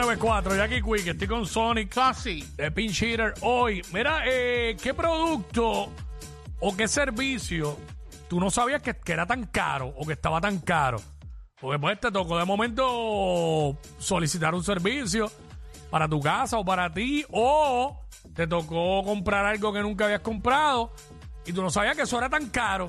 94, Jackie Quick, estoy con Sony Classy de Pinch Hitter hoy. Mira, eh, ¿qué producto o qué servicio tú no sabías que, que era tan caro o que estaba tan caro? Porque pues te tocó de momento solicitar un servicio para tu casa o para ti, o te tocó comprar algo que nunca habías comprado y tú no sabías que eso era tan caro.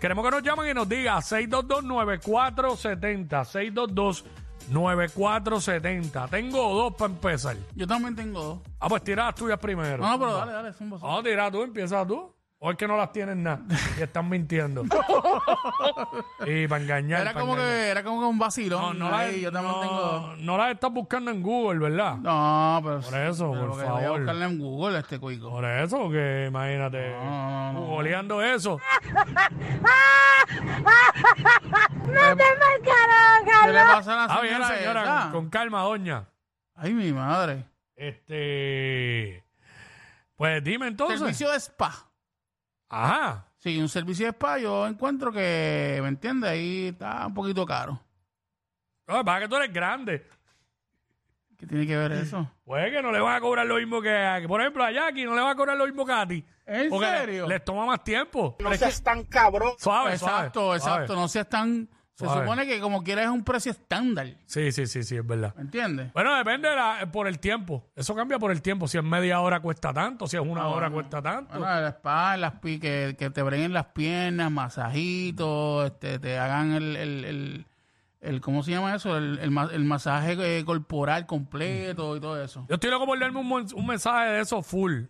Queremos que nos llamen y nos digan 622-9470, 622-9470. Tengo dos para empezar. Yo también tengo dos. Ah, pues tira las tuyas primero. No, no, pero dale, dale, zumba, zumba. No, tira tú, empieza tú. O es que no las tienes nada. Y están mintiendo. y para engañar. Era pa' como engañar. que era como que un vacilón. No, ahí, las- yo también no- tengo dos. no las estás buscando en Google, ¿verdad? No, pero Por eso, pero por que Voy a favor. buscarle en Google este cuico. Por eso que imagínate, No, no, no, no. googleando eso. ¿Qué le pasa a la Ah, bien, señora, señora, esa? con, con calma, doña. Ay, mi madre. Este. Pues dime entonces. Servicio de spa. Ajá. Sí, un servicio de spa yo encuentro que, ¿me entiendes? Ahí está un poquito caro. No, para que tú eres grande. ¿Qué tiene que ver eso? Pues que no le van a cobrar lo mismo que a, por ejemplo, a Jackie no le va a cobrar lo mismo que a ti. ¿En Porque le- serio? les toma más tiempo. No seas tan cabrón. Suave, suave, exacto, suave. exacto. No seas tan... Se Suave. supone que como quieras es un precio estándar. ¿Me Sí, sí, sí, sí, es verdad. entiendes? Bueno, depende de la- por el tiempo. Eso cambia por el tiempo. Si es media hora cuesta tanto, si es una hora cuesta tanto. Bueno, el spa, las pi- que, que te breguen las piernas, masajitos, este, te hagan el, el, el, el- ¿cómo se llama eso? El, el ma- el masaje eh, corporal completo y todo eso. Yo estoy loco por darme un, mon- un mensaje de eso full.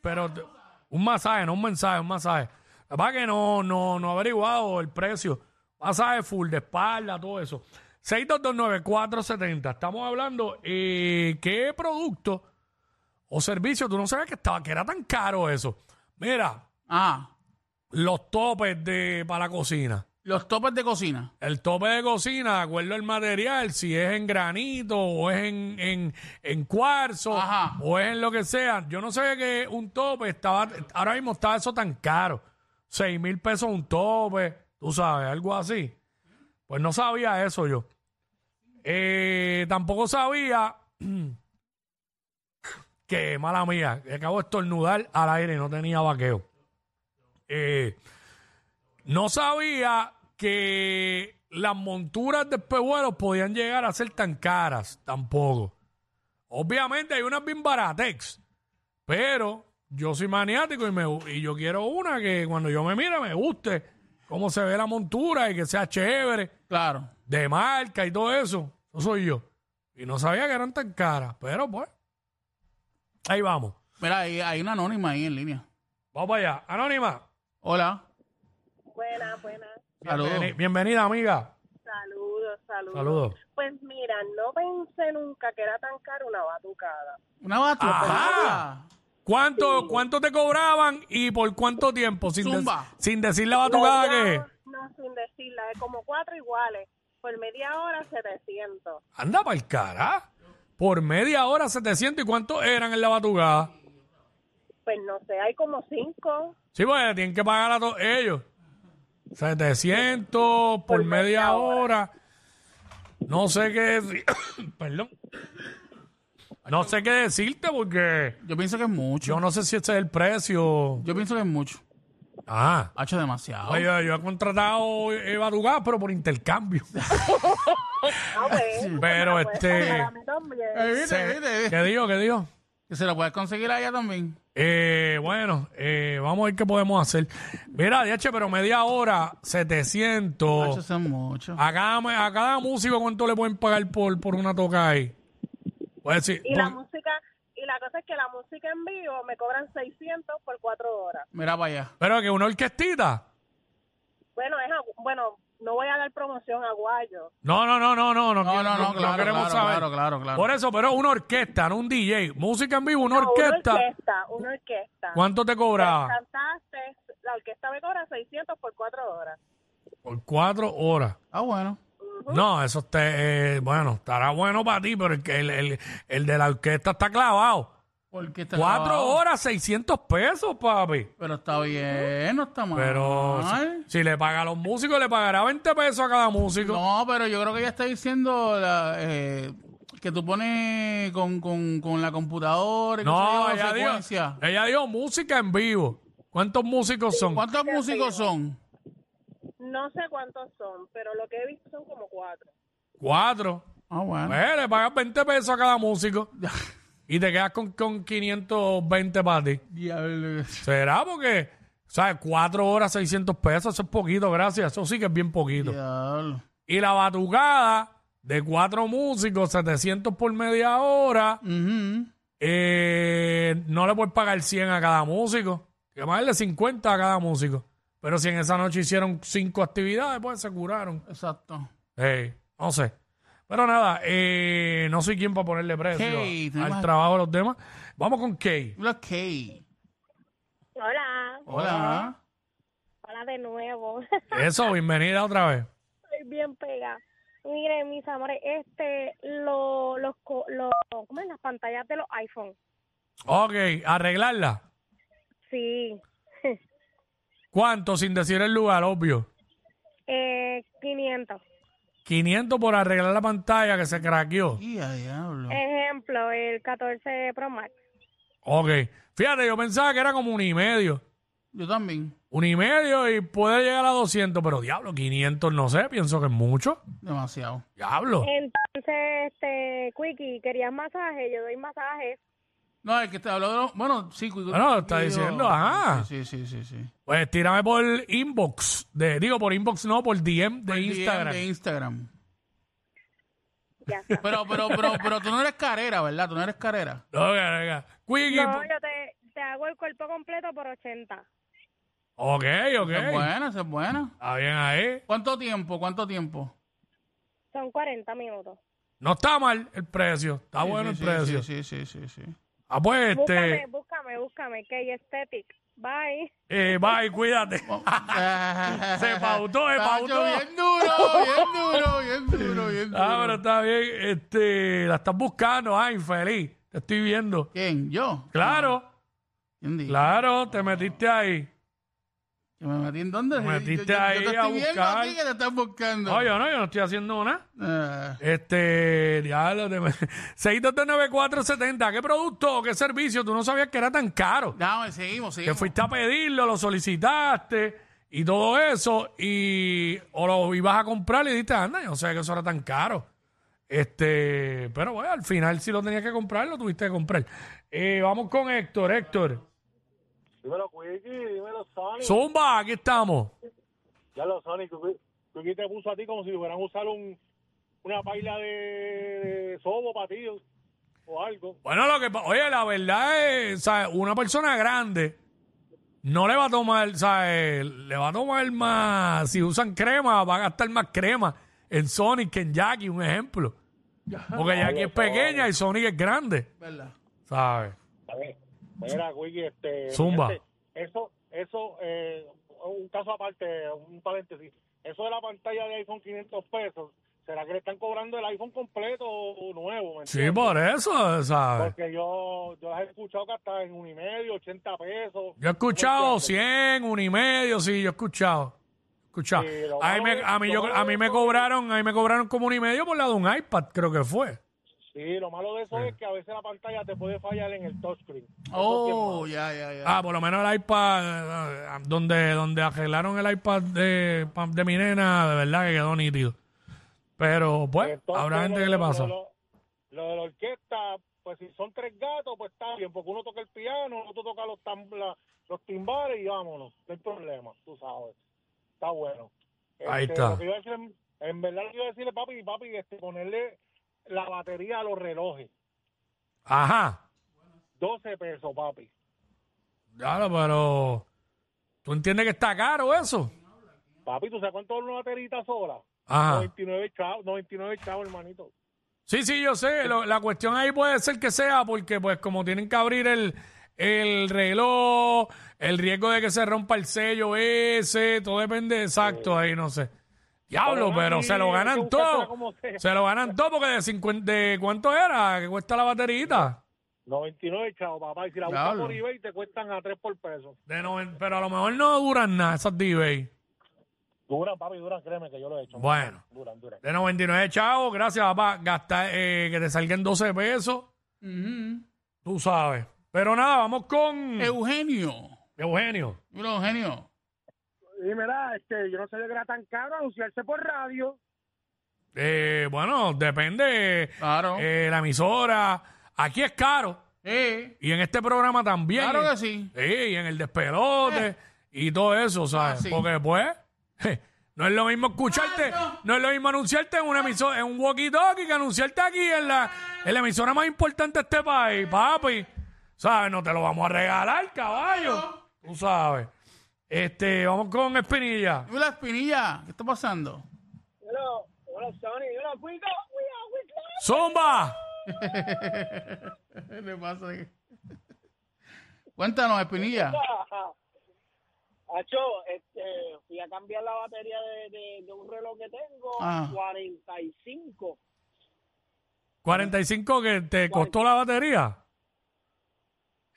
Pero te- un masaje, no un mensaje, un masaje. La verdad que no, no, no he averiguado el precio. Masaje full de espalda, todo eso. 6229470. Estamos hablando eh, qué producto o servicio tú no sabías que estaba, que era tan caro eso. Mira, Ah, los topes de para la cocina. los topes de cocina. El tope de cocina, de acuerdo al material, si es en granito o es en, en, en cuarzo Ajá. o es en lo que sea. Yo no sé que un tope estaba, ahora mismo está eso tan caro. Seis mil pesos un tope, tú sabes, algo así. Pues no sabía eso yo. Eh, tampoco sabía que, mala mía, acabo de estornudar al aire y no tenía vaqueo. Eh, no sabía que las monturas de espejuelos podían llegar a ser tan caras tampoco. Obviamente hay unas bien baratex, pero yo soy maniático y, me, gu- y yo quiero una que cuando yo me mire me guste cómo se ve la montura y que sea chévere, Claro. de marca y todo eso. Eso soy yo. Y no sabía que eran tan caras, pero pues, ahí vamos. Mira, hay, hay una anónima ahí en línea. Vamos para allá. Anónima, Hola. Buenas, buenas. Saludos. bienveni- bienvenida amiga. Saludos, saludos. Saludos. Pues mira, no pensé nunca que era tan cara una batucada. Una batuta. Ajá. ¿Cuánto, ¿Cuánto te cobraban y por cuánto tiempo? Sin, Zumba. sin decir la batucada que... No, sin decirla, es como cuatro iguales. Por media hora, 700. Anda para el cara. Por media hora 700 y cuántos eran en la batucada. Pues no sé, hay como cinco. Sí, pues tienen que pagar a todos ellos. 700 por media hora. No sé qué decir. Perdón. No sé qué decirte porque Yo pienso que es mucho. yo no sé si ese es el precio. Yo pienso que es mucho. Ah. Ha hecho demasiado. Oye, yo he contratado eh, batucadas, pero por intercambio. A ver. pues Pero este. Para mí también. Eh, viste, viste, viste. ¿Qué digo? ¿Qué digo? Que se lo puedes conseguir allá también. Eh, bueno, eh, vamos a ver qué podemos hacer. Mira, DH, pero media hora, Ha hecho 700. eso es mucho. A cada, a cada músico, ¿cuánto le pueden pagar por, por una toca ahí? Pues sí. Y la por- música, y la cosa es que la música en vivo me cobran 600 por cuatro horas. Mira para allá. pero que una orquestita. Bueno, es, a- bueno, No voy a dar promoción a Guayo. No, no, no, no, no, no, No, quiero- no, no, claro, queremos claro, saber. claro, claro, claro. Por eso, pero una orquesta, no un DJ. Música en vivo, una No, orquesta. Una orquesta, una orquesta. ¿Cuánto te Pero cobraba? Cantaste, la orquesta me cobra 600 por cuatro horas. Por cuatro horas. Ah, bueno. No, eso te, eh, bueno, estará bueno para ti, pero el, que- el, el, el de la orquesta está clavado. Porque está Cuatro grabado. horas, 600 pesos, papi. Pero está bien, no está mal. Pero si, si le paga a los músicos, le pagará 20 pesos a cada músico. No, pero yo creo que ella está diciendo la, eh, que tú pones con, con, con la computadora y que No, se lleva ella la dijo, secuencia. ella dijo música en vivo. ¿Cuántos músicos son? ¿Cuántos músicos son? No sé cuántos son, pero lo que he visto son como cuatro. Cuatro. Ah, bueno. Pues le pagas 20 pesos a cada músico y te quedas con, con 520 para ti. Diablo. ¿Será? Porque, ¿sabes? Cuatro horas, 600 pesos, eso es poquito, gracias. Eso sí que es bien poquito. Diablo. Y la batucada de cuatro músicos, 700 por media hora, Ujú. eh, no le puedes pagar 100 a cada músico. Hay que pagarle 50 a cada músico. Pero si en esa noche hicieron cinco actividades, pues se curaron. Exacto. Ey, no sé. Pero nada, eh, no soy quien para ponerle precio Kay, al tenemos- trabajo de los demás. Vamos con Kay. Los K. Hola, Hola. hola de nuevo. Eso, bienvenida otra vez. Estoy bien pega. Mire, mis amores, este, lo, los, co- los, ¿cómo es? Las pantallas de los iPhone. Ok, arreglarla. Sí, ¿Cuánto? Sin decir el lugar, obvio. eh, 500. 500 por arreglar la pantalla que se craqueó. Ya, diablo. Ejemplo, el 14 Pro Max. Ok. Fíjate, yo pensaba que era como un y medio. Yo también. Un y medio y puede llegar a 200, pero diablo, 500 no sé, pienso que es mucho. Demasiado. Eh. Diablo. Entonces, este, Quickie, ¿querías masaje? Yo doy masajes. No, el que te habló de los... Bueno, sí. cuico- Bueno, está cuico- diciendo, ajá. Sí, sí, sí, sí. Pues tírame por inbox. De, digo, por inbox no, por DM de Instagram. Pues De Instagram. Ya está. Pero, pero, pero, pero tú no eres carrera, ¿verdad? Tú no eres carrera. No, venga, venga. Quickie. No, yo te, te hago el cuerpo completo por 80. Ok, ok. Esa es buena, esa es buena. Está bien ahí. ¿Cuánto tiempo? ¿Cuánto tiempo? Son 40 minutos. No está mal el precio. Está Sí, bueno sí, el precio. Sí, sí, sí, sí. sí. Ah, pues este. Búscame, búscame, búscame, que estética. Bye. Eh, bye, cuídate. se pautó, se pautó. Ah, Bien duro, bien duro, bien duro, bien duro. ah, pero está bien. Este, la estás buscando. Ah, infeliz. Te estoy viendo. ¿Quién? ¿Yo? Claro, ¿Quién dijo? claro, te metiste ahí. ¿Que me metí en dónde? Me metiste yo, yo, ahí yo te a estoy viendo buscar. a ti que te estás buscando. No, yo no, yo no estoy haciendo nada. Ah, Este, diablo, te met- 6229470. ¿Qué producto o qué servicio? Tú no sabías que era tan caro. dame, seguimos, que seguimos. fuiste a pedirlo, lo solicitaste y todo eso, y o lo ibas a comprar y dijiste, anda, yo no sabía que eso era tan caro. Este, pero bueno, al final si lo tenías que comprar, lo tuviste que comprar. Eh, vamos con Héctor, Héctor. Dímelo, Quiki, dímelo, Sonic. Zumba, aquí estamos. ya lo, Sonic, Quiki- Quiki te puso a ti como si fueran a usar un, una paila de, de sobo para ti o- o algo. Bueno, lo que pa- oye, la verdad es, ¿sabes? una persona grande no le va a tomar, ¿sabes? Le va a tomar más, si usan crema, va a gastar más crema en Sonic que en Jackie, un ejemplo. Porque Jackie es pequeña y Sonic es grande, ¿Verdad? ¿sabes? A ver, mira, Quiki, este... Zumba. este, eso, eso, eh, un caso aparte, un paréntesis. Eso de la pantalla de iPhone 500 pesos, ¿será que le están cobrando el iPhone completo o nuevo? ¿me Sí, pues. entiendes? por eso, ¿sabes? Porque yo, yo las he escuchado que hasta en un y medio, 80 pesos. Yo he escuchado 100, un y medio, sí, yo he escuchado. Escuchado. Sí, lo A mí, me, malo es- a, mí yo- lo malo a mí es me eso. cobraron, a mí me cobraron como un y medio por la de un iPad, creo que fue. Sí, lo malo de eso es que a veces la pantalla te puede fallar en el touchscreen. Oh, ya, ya, ya. Ah, por lo menos el iPad, eh, donde, donde arreglaron el iPad de, pa- de mi nena, de verdad que quedó nítido. Pero, pues, Entonces, habrá lo gente de- que le lo de pasa. Lo, lo de la orquesta, pues si son tres gatos, pues está bien, porque uno toca el piano, otro toca los, tam- la- los timbales y vámonos, no hay problema, tú sabes. Está bueno. Este, Ahí está. lo que iba a decir, en, en verdad lo que iba a decirle, papi, papi, este, ponerle la batería a los relojes. Ajá. 12 pesos, papi. Claro, pero. ¿Tú entiendes que está caro eso? Papi, ¿tú sabes cuánto vale una terita sola? Ajá. 99 chavos, 99 chavos, hermanito. Sí, sí, yo sé. Lo- la cuestión ahí puede ser que sea porque, pues, como tienen que abrir el, el reloj, el riesgo de que se rompa el sello ese, todo depende exacto ahí, no sé. Diablo, Pero, pero Nati, se lo hay que ganan buscársela todo. como sea. Se lo ganan todo porque de, 50, de cuánto era que cuesta la baterita. 99 chavos, papá. Y si la buscas Diablo. por eBay, te cuestan a 3 por peso. De noven- pero a lo mejor no duran nada esas d Duran, papi, duran, créeme que yo lo he hecho. Bueno. Duran, duran. De 99 chavos, gracias, papá. Gastar, eh, que te salgan 12 pesos, Ujú. tú sabes. Pero nada, vamos Mm. con Eugenio. Eugenio. Mira, Eugenio. Y mira, este, yo no sabía que era tan caro anunciarse por radio. Eh, bueno, depende. Claro. eh, la emisora. Aquí es caro. Eh, Y en este programa también. claro que sí. Eh. Sí, y en el despelote. Y todo eso, ¿sabes? Ah, sí. Porque después. no es lo mismo escucharte. Claro. No es lo mismo anunciarte en, una emisora, en un walkie-talkie que anunciarte aquí en la, en la emisora más importante de este país, papi. ¿Sabes? No te lo vamos a regalar, caballo. Tú sabes. Este, vamos con Espinilla. Mira, Espinilla, ¿qué está pasando? Hello, hola, Sony. Hola, Cuico. ¡Zumba! ¿Qué le pasa? Cuéntanos, Espinilla. Hacho, este, fui a cambiar la batería de, de, de un reloj que tengo, Ah. 45. 45 que te costó la batería.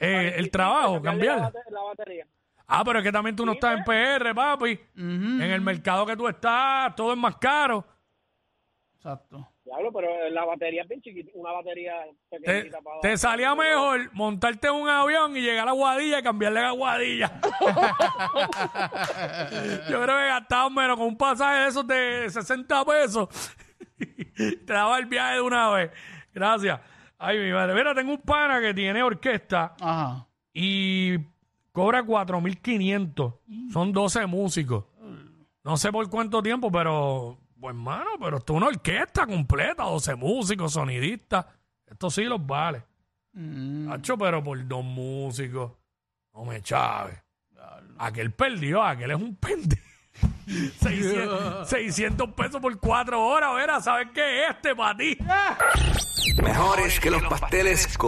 Eh, el trabajo, Cambiarle La, cambiar. bate- la batería. pues. Ah, pero es que también tú no estás en PR, papi. Ujú, En el mercado que tú estás, todo es más caro. Exacto. Diablo, pero la batería es bien chiquita, una batería Te, pequeñita para te salía mejor montarte en un avión y llegar a Guadilla y cambiarle a Guadilla. Yo creo que gastaba menos con un pasaje de esos de 60 pesos. te daba el viaje de una vez. Gracias. Ay, mi madre. Mira, tengo un pana que tiene orquesta. Ajá. y cobra 4.500. Son 12 músicos. No sé por cuánto tiempo, pero, pues, hermano, pero esto es una orquesta completa, 12 músicos, sonidistas. Esto sí los vale. Mm, Hacho, pero por dos músicos. No me chaves. Aquel perdió, aquel es un pendejo. 600, 600 pesos por cuatro horas, verá, ¿sabes qué? Este para ti. Mejores que los pasteles con